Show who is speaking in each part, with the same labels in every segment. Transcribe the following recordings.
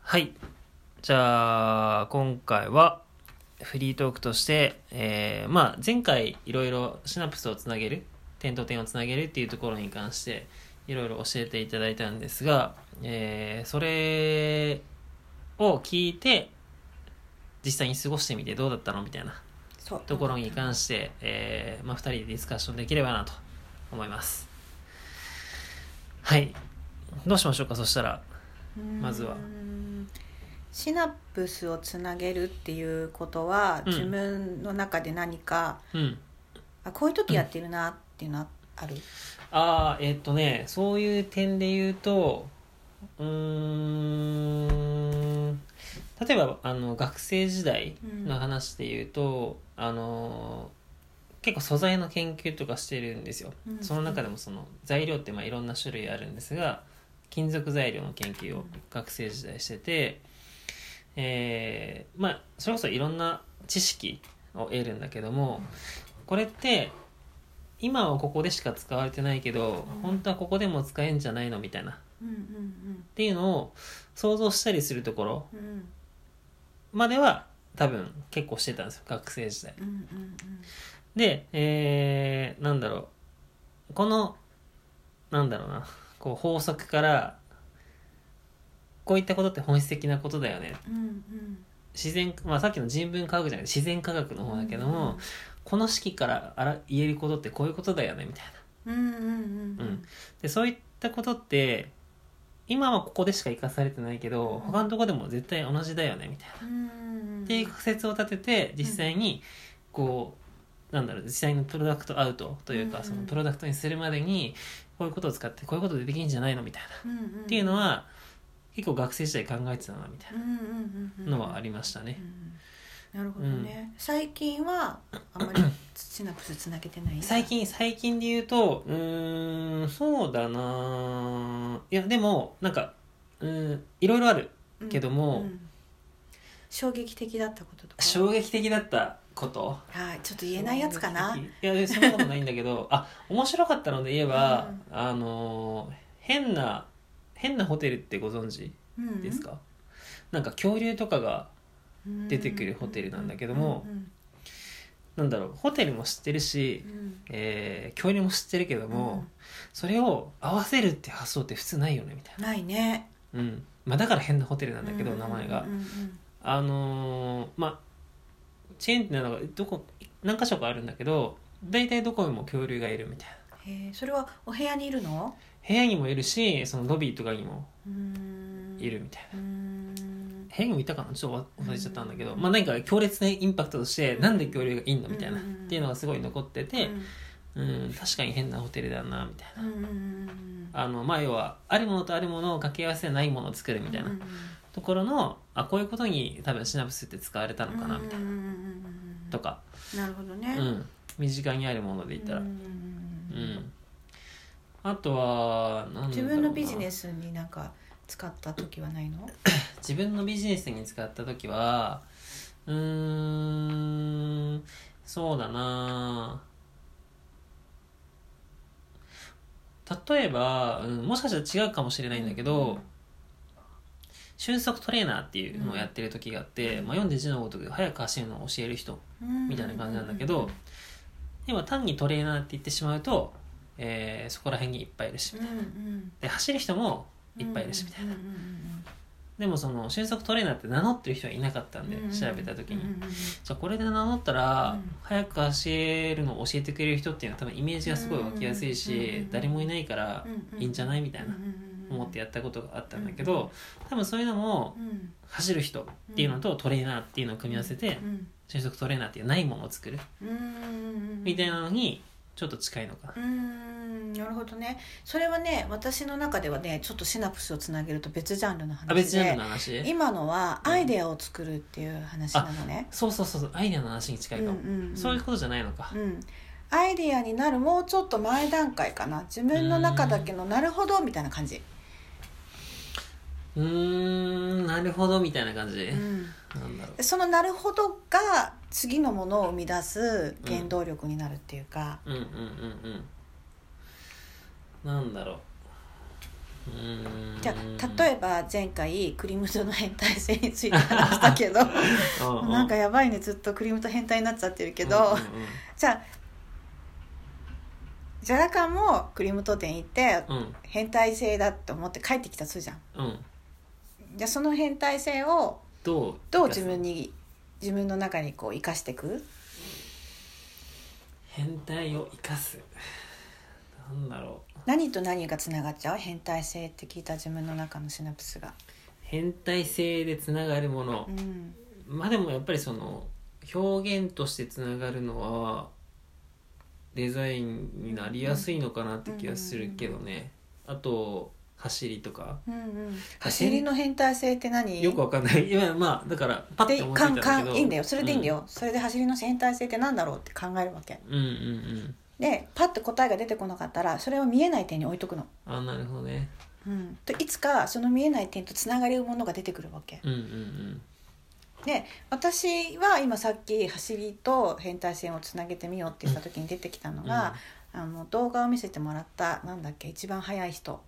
Speaker 1: はい。じゃあ、今回は、フリートークとして、えーまあ、前回いろいろシナプスをつなげる、点と点をつなげるっていうところに関して、いろいろ教えていただいたんですが、えーそれを聞いて、実際に過ごしてみてどうだったのみたいな
Speaker 2: そう
Speaker 1: ところに関して、えーまあ、2人でディスカッションできればなと思います。はい。どうしましょうか、そしたら。まずは
Speaker 2: うーんシナプスをつなげるっていうことは、
Speaker 1: うん
Speaker 2: 自分の中で何か
Speaker 1: うん。
Speaker 2: あこういう時やってるなっていうのはある、
Speaker 1: ああえっとねそういう点で言うとうーん例えばあの学生時代の話で言うと、あの結構素材の研究とかしてるんですよ、
Speaker 2: うん
Speaker 1: その中でもその材料ってまあいろんな種類あるんですが金属材料の研究を学生時代してて、えーまあそれこそいろんな知識を得るんだけどもこれって今はここでしか使われてないけど
Speaker 2: うん
Speaker 1: 本当はここでも使えんじゃないのみたいなっ
Speaker 2: うんうん
Speaker 1: ていうのを想像したりするところ
Speaker 2: うんうん
Speaker 1: までは多分結構してたんですよ学生時代。
Speaker 2: うんうん
Speaker 1: で、えー、なんだろうこのなんだろうなこう法則からこういったことって本質的なことだよね
Speaker 2: うんうん
Speaker 1: 自然、まあ、さっきの人文科学じゃない自然科学の方だけども、この式からあら言えることってこういうことだよねみたいな。
Speaker 2: うんうんうんう
Speaker 1: うんんでそういったことって今はここでしか生かされてないけど
Speaker 2: うん
Speaker 1: 他のとこでも絶対同じだよねみたいな。
Speaker 2: うん
Speaker 1: っていう仮説を立てて実際にこうなんだろう実際のプロダクトアウトという
Speaker 2: うん
Speaker 1: かそのプロダクトにするまでにこういうことを使ってこういうことでできるんじゃないのみたいな。っ
Speaker 2: うんうん
Speaker 1: ていうのは結構学生時代考えてたなみたい
Speaker 2: うんうんうんうん
Speaker 1: なのはありましたね
Speaker 2: う。んなるほどね、最近はあんまりシナプスつなげてない
Speaker 1: 最近最近で言うとうーんそうだないやでもなんかうーんいろいろあるけども
Speaker 2: うんうん衝撃的だったこととか
Speaker 1: 衝撃的だったこと
Speaker 2: はいちょっと言えないやつかな
Speaker 1: 衝撃的いやそんなことないんだけどあ面白かったので言えば、
Speaker 2: う
Speaker 1: あのー変な変なホテルってご存知ですか、なんか恐竜とかが出てくるホテルなんだけどもなんだろうホテルも知ってるし、えー恐竜も知ってるけども、それを合わせるって発想って普通ないよねみたい
Speaker 2: うんないね
Speaker 1: な、うんまあ、だから変なホテルな
Speaker 2: な
Speaker 1: だ
Speaker 2: ん
Speaker 1: けど、名前が、あのーまあチェーンってのがどこ何箇所かあるんだけど大体どこにも恐竜がいるみたいな
Speaker 2: へえそれはお部屋にいるの
Speaker 1: 部屋にもいるしそのロビーとかにも
Speaker 2: うん
Speaker 1: いるみたいな
Speaker 2: うん
Speaker 1: 部屋にもいたかなちょっと忘れちゃったんだけど、
Speaker 2: うん
Speaker 1: まあ何か強烈なインパクトとしてなんで恐竜がいんのみたいな、
Speaker 2: うん
Speaker 1: っていうのがすごい残っててうん、確かに変なホテルだなみたい
Speaker 2: うんうん
Speaker 1: なあのまあ要はあるものとあるものを掛け合わせてないものを作るみたいなところのあこういうことに多分シナプスって使われたのかなみたいな
Speaker 2: な
Speaker 1: とか、
Speaker 2: なるほど
Speaker 1: う
Speaker 2: ね
Speaker 1: ん、身近にあるもので言ったらうん、あとはなんだろうな
Speaker 2: 自分のビジネスになんか使った時はないの
Speaker 1: 自分のビジネスに使った時はうーんそうだな例えば、うん、もしかしたら違うかもしれないんだけど、瞬足トレーナーっていうのをやってる時があって、
Speaker 2: うん
Speaker 1: まあ、読んで字のごとく早く走るのを教える人みたいな感じなんだけど、でも単にトレーナーって言ってしまうと、えーそこら辺にいっぱいいるし
Speaker 2: うんうん
Speaker 1: で走る人もいっぱいいるしみたいな、でもその俊足トレーナーって名乗ってる人はいなかったんで、調べた時に、じゃあこれで名乗ったら、
Speaker 2: うん
Speaker 1: 早く走るのを教えてくれる人っていうのは多分イメージがすごい湧きやすいし、
Speaker 2: うん
Speaker 1: 誰もいないからいいんじゃないみたいな、思って
Speaker 2: や
Speaker 1: やったことがあったんだけど、多分そういうのも
Speaker 2: うん
Speaker 1: 走る人っていうのとトレーナーっていうのを組み合わせて俊足トレーナーっていうないものを作るみたいなのにちょっと近いのかな。
Speaker 2: うんなるほどねそれはね私の中ではねちょっとシナプスをつなげると別ジャンルの
Speaker 1: あ別ジ
Speaker 2: 話
Speaker 1: ャンル
Speaker 2: で
Speaker 1: の話
Speaker 2: 今のはアイデアを作るっていう話なのね
Speaker 1: そうそうそうそうアイデアの話に近いかも、そういうことじゃないのか、
Speaker 2: うん、アイデアになるもうちょっと前段階かな自分の中だけのなるほどみたいな感じ、
Speaker 1: うーんなるほどみたいな感じ、
Speaker 2: うん、
Speaker 1: なんだろう
Speaker 2: そのなるほどが次のものを生み出す原動力になるっていうか、
Speaker 1: うんうんうんうんなんだろう
Speaker 2: じゃあ例えば前回クリムトの変態性について話したけど
Speaker 1: ば
Speaker 2: なんかやばいねずっとクリムト変態になっちゃってるけど、じゃあジャラカンもクリムト店行って
Speaker 1: うんうん
Speaker 2: 変態性だって思って帰ってきたとするじゃん
Speaker 1: うん、うん、
Speaker 2: じゃあその変態性を
Speaker 1: どう
Speaker 2: どう自分
Speaker 1: に
Speaker 2: に自分の中にこう生かしていく
Speaker 1: 変態を生かすなんだろう
Speaker 2: 何と何がつながっちゃう変態性って聞いた自分の中のシナプスが。
Speaker 1: 変態性でつながるもの
Speaker 2: うん
Speaker 1: まあでもやっぱりその表現としてつながるのはデザインになりやすいのかなって気がするけどね、あと走りとか
Speaker 2: うんうん、
Speaker 1: 走り
Speaker 2: 走りの変態性って何
Speaker 1: よくわかん ないいやまあだからパッ
Speaker 2: で
Speaker 1: て思いつ
Speaker 2: カ
Speaker 1: い
Speaker 2: ン
Speaker 1: た
Speaker 2: カ
Speaker 1: んだけ
Speaker 2: ン
Speaker 1: ど
Speaker 2: いいんだよそれでいいんだよ、それで走りの変態性って何だろうって考えるわけ
Speaker 1: うんうんうん
Speaker 2: でパッと答えが出てこなかったらそれを見えない点に置いとくの、
Speaker 1: あなるほどね
Speaker 2: うん、といつかその見えない点とつながれるものが出てくるわけ
Speaker 1: うんうんうん
Speaker 2: で私は今さっき走りと変態性をつなげてみようって言った時に出てきたのが、あの動画を見せてもらったなんだっけ一番速い人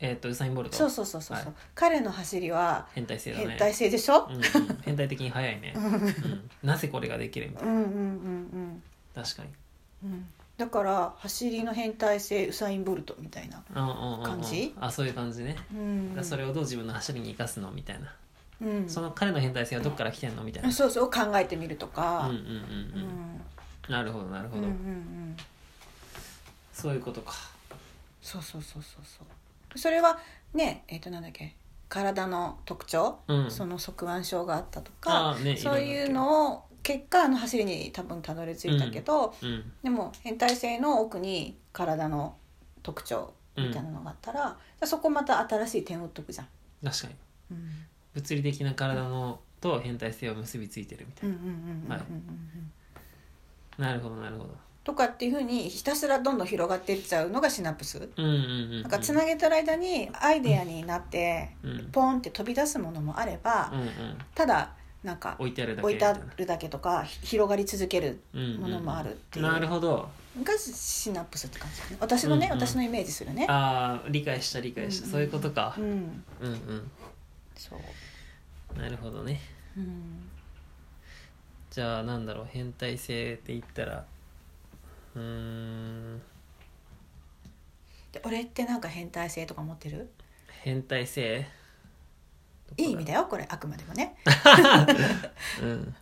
Speaker 1: えっ、とウサイン・ボルト
Speaker 2: そうそうそうそう、
Speaker 1: はい
Speaker 2: 彼の走りは
Speaker 1: 変態性だね
Speaker 2: 変態性でしょ、
Speaker 1: うんうん変態的に早いね、うん、なぜこれができるみたい
Speaker 2: うん、うんうんうん
Speaker 1: な確かに
Speaker 2: うんだから走りの変態性ウサイン・ボルトみたいな、
Speaker 1: うんうんうんうん
Speaker 2: 感じ
Speaker 1: あそういう感じね、
Speaker 2: うん
Speaker 1: それをどう自分の走りに生かすのみたいな、
Speaker 2: うん、
Speaker 1: その彼の変態性はどっから来てんのみたいな
Speaker 2: そうそう考えてみるとか
Speaker 1: うんうんうん
Speaker 2: うん
Speaker 1: うんなるほどなるほ
Speaker 2: うんう
Speaker 1: ど、
Speaker 2: んうん
Speaker 1: そういうことか
Speaker 2: そうそうそうそうそうそれはねえっ、となんだっけ体の特徴、
Speaker 1: うん
Speaker 2: その側腕症があったと
Speaker 1: あ
Speaker 2: か
Speaker 1: あね
Speaker 2: そういうのを結果あの走りに多分たどり着いたけど、
Speaker 1: いろいろだけど
Speaker 2: でも変態性の奥に体の特徴みたいなのがあったら、そこまた新しい点を打っとくじゃん。
Speaker 1: うん確かに
Speaker 2: うん
Speaker 1: 物理的な体のと変態性は結びついてるみた
Speaker 2: う
Speaker 1: い
Speaker 2: んうんうんうんうんうん
Speaker 1: はいな、なるほどなるほど
Speaker 2: とかっていうふうにひたすらどんどん広がっていっちゃうのがシナプス。
Speaker 1: うんうんうん
Speaker 2: なんかつなげてる間にアイデアになって、
Speaker 1: うん
Speaker 2: ポンって飛び出すものもあれば、
Speaker 1: うんうん
Speaker 2: ただなんか
Speaker 1: 置いてあるだけ
Speaker 2: 置い
Speaker 1: み
Speaker 2: て
Speaker 1: たい
Speaker 2: あ
Speaker 1: な
Speaker 2: るだけとかひ広がり続ける
Speaker 1: うんうん
Speaker 2: ものもあるっていう
Speaker 1: なるほど
Speaker 2: がシナプスって感じかね私のね、
Speaker 1: うんうん
Speaker 2: 私のイメージするね。
Speaker 1: ああ理解した理解した、
Speaker 2: うん
Speaker 1: そういうことか
Speaker 2: う、ん、
Speaker 1: うんうん
Speaker 2: そう、
Speaker 1: なるほどね
Speaker 2: うん、
Speaker 1: じゃあなんだろう変態性って言ったらうーん
Speaker 2: で俺ってなんか変態性とか持ってる
Speaker 1: 変態性
Speaker 2: いい意味だよこれあくまでもね。
Speaker 1: うん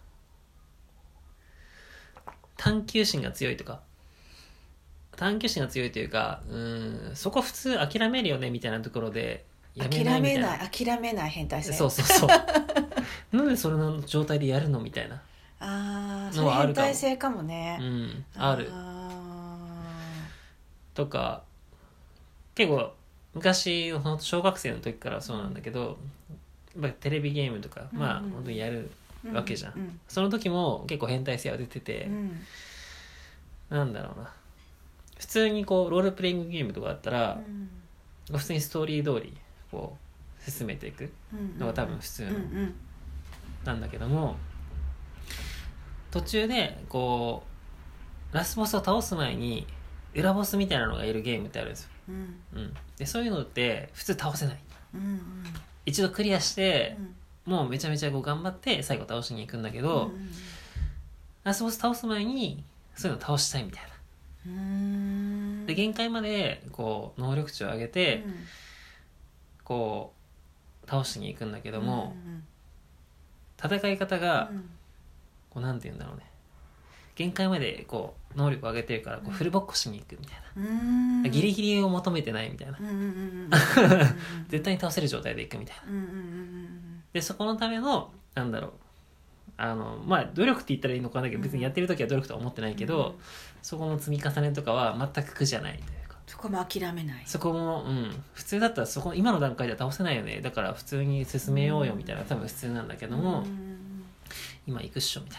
Speaker 1: 探求心が強いとか探求心が強いというかうんそこ普通諦めるよねみたいなところでや
Speaker 2: 諦
Speaker 1: み
Speaker 2: め
Speaker 1: た
Speaker 2: ない諦めない変態性。
Speaker 1: そうそうそう なんでそれの状態でやるのみたいな
Speaker 2: ああそ
Speaker 1: の
Speaker 2: れ
Speaker 1: はある
Speaker 2: 変
Speaker 1: かも
Speaker 2: 態性かも
Speaker 1: う
Speaker 2: ね。
Speaker 1: んある
Speaker 2: あ
Speaker 1: とか結構昔ほんと小学生の時からそうなんだけどやっぱテレビゲームとか、まあ
Speaker 2: うんうん
Speaker 1: 本当にやる
Speaker 2: ー
Speaker 1: わけじゃん
Speaker 2: うん
Speaker 1: その時も結構変態性は出てて、
Speaker 2: うん
Speaker 1: なんだろうな普通にこうロールプレイングゲームとかだった
Speaker 2: う
Speaker 1: ら、
Speaker 2: ん
Speaker 1: 普通にストーリー通りこう進めていく
Speaker 2: うん
Speaker 1: のが多分普通
Speaker 2: う
Speaker 1: の
Speaker 2: んうん
Speaker 1: なんだけども、途中でこうラスボスを倒す前に裏ボスみたいなのがいるゲームってあるんですよ、
Speaker 2: うん
Speaker 1: うん、でそういうのって普通倒せない
Speaker 2: うんうん
Speaker 1: 一度クリアして
Speaker 2: う、ん
Speaker 1: もうめちゃめちゃこう頑張って最後倒しに行くんだけど、ラスボス倒す前にそういうの倒したいみたいな
Speaker 2: うんうん
Speaker 1: で限界までこう能力値を上げて、こう倒しに行くんだけども、戦い方がこうなんて言うんだろうね限界までこう能力を上げてるからこうフルボッコしに行くみたいな、
Speaker 2: うん
Speaker 1: ギリギリを求めてないみたいな、
Speaker 2: うんうんうん
Speaker 1: 絶対に倒せる状態で行くみたいな
Speaker 2: うんうん
Speaker 1: でそこのためのなんだろうあのまあ努力って言ったらいいのかわかんないけど別にやってる時は努力とは思ってないけど、そこの積み重ねとかは全く苦じゃないというか
Speaker 2: そこも諦めない
Speaker 1: そこも、うん、普通だったらそこ今の段階では倒せないよねだから普通に進めようよみたいな多分普通なんだけども、今行くっしょみたい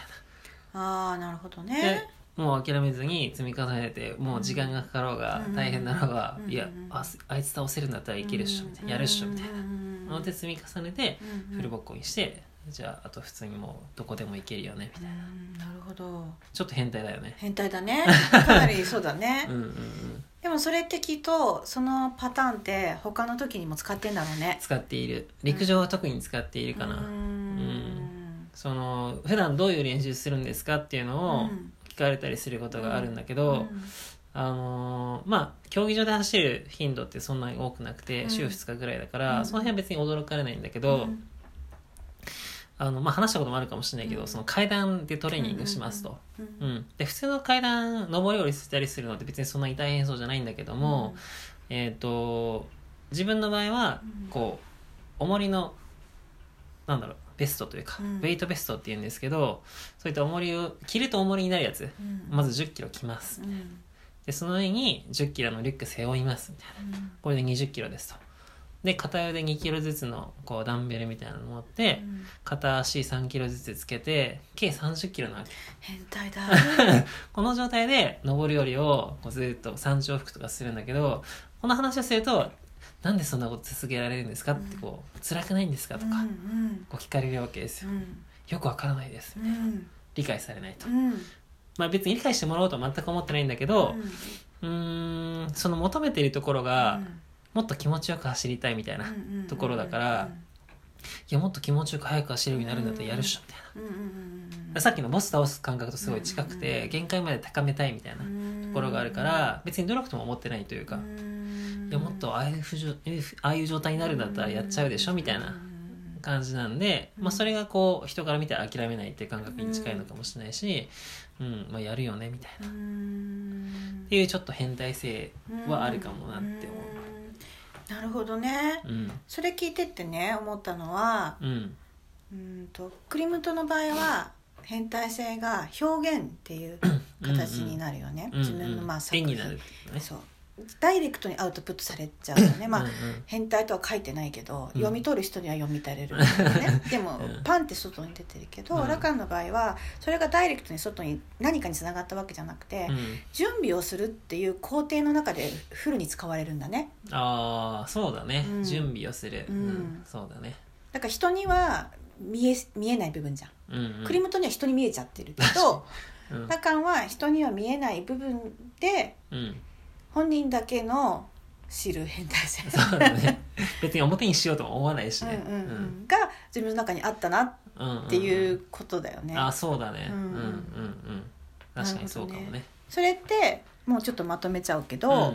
Speaker 1: な
Speaker 2: ああなるほど
Speaker 1: で
Speaker 2: ね
Speaker 1: もう諦めずに積み重ねてもう時間がかかろうが
Speaker 2: うん
Speaker 1: 大変だろうが、
Speaker 2: うん
Speaker 1: いやああいつ倒せるんだったらいけるっしょみたいなやるっしょみたいななので積み重ねてフルボッコにしてじゃああと普通にもうどこでも行けるよねみたいな
Speaker 2: なるほど
Speaker 1: ちょっと変態だよね
Speaker 2: 変態だねかなりそうだね
Speaker 1: うんうんうん
Speaker 2: でもそれってきっとそのパターンって他の時にも使ってんだろうね
Speaker 1: 使っている陸上は特に使っているかな、
Speaker 2: うーん
Speaker 1: その普段どういう練習するんですかっていうのを
Speaker 2: うん
Speaker 1: 聞かれたりすることがあるんだけ
Speaker 2: う
Speaker 1: ど、
Speaker 2: ん
Speaker 1: あのーまあ競技場で走る頻度ってそんなに多くなくて、
Speaker 2: うん
Speaker 1: 週2日ぐらいだから、
Speaker 2: うん
Speaker 1: その辺は別に驚かれないんだけど、
Speaker 2: うん
Speaker 1: あのまあ、話したこともあるかもしれないけど、
Speaker 2: うん
Speaker 1: その階段でトレーニングしますと、
Speaker 2: う
Speaker 1: うん
Speaker 2: ん
Speaker 1: で普通の階段上り下りしたりするのって別にそんなに大変そうじゃないんだけども、えっ、と自分の場合は
Speaker 2: うん
Speaker 1: こう重りのなんだろうベストというか、
Speaker 2: うん
Speaker 1: ウェイトベストっていうんですけどそういった重りを着ると重りになるやつ
Speaker 2: うん
Speaker 1: まず1 0キロ着ます
Speaker 2: うん
Speaker 1: でその上に1 0キロのリュック背負いますみたいな
Speaker 2: うん
Speaker 1: これで2 0キロですとで片腕2キロずつのこうダンベルみたいなの持って
Speaker 2: うん
Speaker 1: 片足3キロずつつけて計3 0キロなわけ
Speaker 2: 変態だ
Speaker 1: この状態で上り下りをこうずっと山頂服とかするんだけどこの話をするとなんでそんなこと続けられるんですかってこう辛くないんですかとか、
Speaker 2: うんうん
Speaker 1: こう聞かれるわけです
Speaker 2: う
Speaker 1: よ
Speaker 2: ん
Speaker 1: よくわからないです
Speaker 2: うん
Speaker 1: 理解されないと
Speaker 2: うん
Speaker 1: まあ別に理解してもらおうとは全く思ってないんだけどうーんその求めてるところがもっと気持ちよく走りたいみたいな、いところだからやもっと気持ちよく速く走るようになるんだったらやるっしょみたいな、
Speaker 2: うんうんうんうんうん
Speaker 1: さっきのボス倒す感覚とすごい近く
Speaker 2: うんうんう
Speaker 1: て
Speaker 2: ん
Speaker 1: 限界まで高めたいみたいな
Speaker 2: う
Speaker 1: と
Speaker 2: ん
Speaker 1: ころがあるから別に努力とも思ってないというか、
Speaker 2: うん
Speaker 1: いやもっとああいうふじょああいう状態になるんだったらやっちゃうでしょみたいな感じなんで、まあ、それがこう人から見て諦めないっていう感覚に近いのかもしれないし、うんまあ、やるよねみたいな
Speaker 2: う
Speaker 1: っ
Speaker 2: ん
Speaker 1: ていうちょっと変態性はあるかもなって思
Speaker 2: うんなるほどね
Speaker 1: ううん
Speaker 2: それ聞いてってね思ったのは
Speaker 1: うん
Speaker 2: うんとクリムトの場合は変態性が表現っていう形になるよね
Speaker 1: うん
Speaker 2: 自分のまあ作
Speaker 1: 絵に
Speaker 2: 品
Speaker 1: なるっていうね
Speaker 2: そうダイレクトにアウトプットされちゃうよねまあ
Speaker 1: うんうん
Speaker 2: 変態とは書いてないけど、
Speaker 1: うん
Speaker 2: 読み取る人には読み取れるみたいな ねでも、
Speaker 1: うん
Speaker 2: パンって外に出てるけど、
Speaker 1: うん
Speaker 2: ラカンの場合はそれがダイレクトに外に何かにつながったわけじゃなくて、
Speaker 1: うん
Speaker 2: 準備をするっていう工程の中でフルに使われるんだね
Speaker 1: ああそうだね、
Speaker 2: うん
Speaker 1: 準備をする、うん
Speaker 2: うん
Speaker 1: そうだね、
Speaker 2: だから人には見え見えない部分じゃん、
Speaker 1: うんうん、
Speaker 2: クリムトには人に見えちゃってるけど
Speaker 1: うん
Speaker 2: ラカンは人には見えない部分で
Speaker 1: うん、
Speaker 2: 本人だけの知る変態性
Speaker 1: そうだね 別に表にしようとも思わないし
Speaker 2: うんう
Speaker 1: ね
Speaker 2: んうんが自分の中にあったなっ
Speaker 1: うんうんうん
Speaker 2: ていうことだよね。
Speaker 1: あそうだね、
Speaker 2: う
Speaker 1: うんん、
Speaker 2: う
Speaker 1: うんんうん確かにそうかもね
Speaker 2: それってもうちょっとまとめちゃうけど、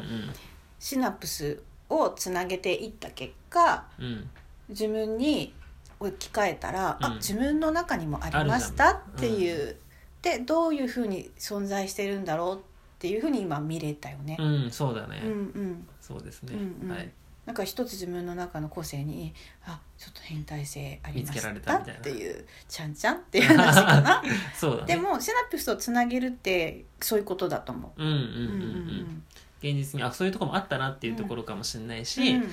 Speaker 2: シナプスをつなげていった結果
Speaker 1: うんうんうん
Speaker 2: 自分に置き換えたら、
Speaker 1: うん
Speaker 2: あ自分の中にもありましたっていう、でどういうふうに存在してるんだろうっていうふうに今見れたよね。
Speaker 1: うん、そうだね、
Speaker 2: うんうん、
Speaker 1: そうですね、
Speaker 2: うんうん
Speaker 1: はい
Speaker 2: なんか一つ自分の中の個性にあちょっと変態性ありま
Speaker 1: 見つけら
Speaker 2: し
Speaker 1: れ
Speaker 2: た
Speaker 1: たみ
Speaker 2: った
Speaker 1: いな
Speaker 2: ていうちゃんちゃんっていう話かな
Speaker 1: そうだね
Speaker 2: でもシナプスをつなげるってそういうことだと思
Speaker 1: うんうんうん
Speaker 2: う。
Speaker 1: うん、現実にあそういうとこもあったなっていうところかもしれないし、
Speaker 2: うん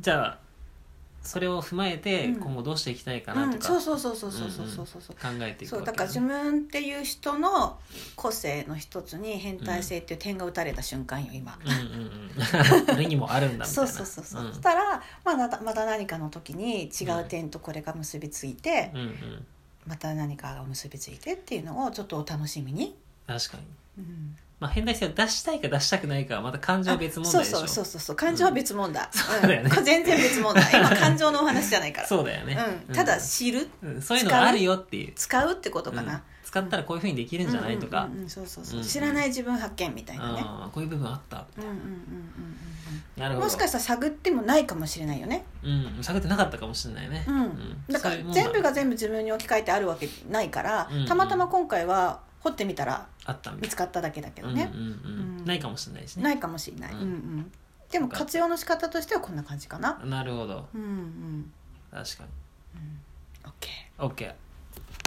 Speaker 1: じゃあそれを踏まえて
Speaker 2: うん
Speaker 1: 今後どうしていきたいかなとか
Speaker 2: う
Speaker 1: 考
Speaker 2: ん、そうそうそうそうそうそうそうそう,、
Speaker 1: えていく
Speaker 2: そう
Speaker 1: わけ
Speaker 2: だから
Speaker 1: ね
Speaker 2: 自分っていう人の個性の一つに変態性っていう点が打たれた瞬間よ今、
Speaker 1: うんうんうん 俺にもあるんだみたいな
Speaker 2: そうそうそうそう、
Speaker 1: ん
Speaker 2: そしたら、まあ、またまた何かの時に違う点とこれが結びついて、
Speaker 1: うんうん
Speaker 2: また何かが結びついてっていうのをちょっとお楽しみに、
Speaker 1: 確かに
Speaker 2: うん、
Speaker 1: まあ変態性を出したいか出したくないかはまた感情は別問題でしょ
Speaker 2: あそうそうそうそうそう感情は別問題、
Speaker 1: うんそうだよね
Speaker 2: これ全然 別問題今感情のお話じゃないから
Speaker 1: そうだよね、
Speaker 2: うん、ただ知る
Speaker 1: うんそういうのがあるよっていう
Speaker 2: 使うってことか
Speaker 1: うん
Speaker 2: な、
Speaker 1: 使ったらこういうふうにできるんじゃないとか
Speaker 2: うんうんうんうんそうそうそう、
Speaker 1: うんうん
Speaker 2: 知らない自分発見みたいなね、
Speaker 1: あーこういう部分あった
Speaker 2: うんうんうんうん
Speaker 1: なる
Speaker 2: うんうん
Speaker 1: ほど
Speaker 2: もしかしたら探ってもないかもしれないよね、
Speaker 1: うん探ってなかったかもしれないね
Speaker 2: うんだから全部が全
Speaker 1: 部
Speaker 2: 部自分に置き換えてあるわけないから、
Speaker 1: うんうん
Speaker 2: たまたま今回は掘ってみたら
Speaker 1: あったみた
Speaker 2: 見
Speaker 1: い
Speaker 2: つかっただけだけど
Speaker 1: な、
Speaker 2: ね
Speaker 1: う、んうんうん
Speaker 2: うん
Speaker 1: ないかもしれないし
Speaker 2: な
Speaker 1: ね
Speaker 2: いかもしれない、う
Speaker 1: うんん
Speaker 2: うん、でも活用の仕方としてはこんな感じかな
Speaker 1: なるほど
Speaker 2: うんうん
Speaker 1: 確かに
Speaker 2: うん OK
Speaker 1: OK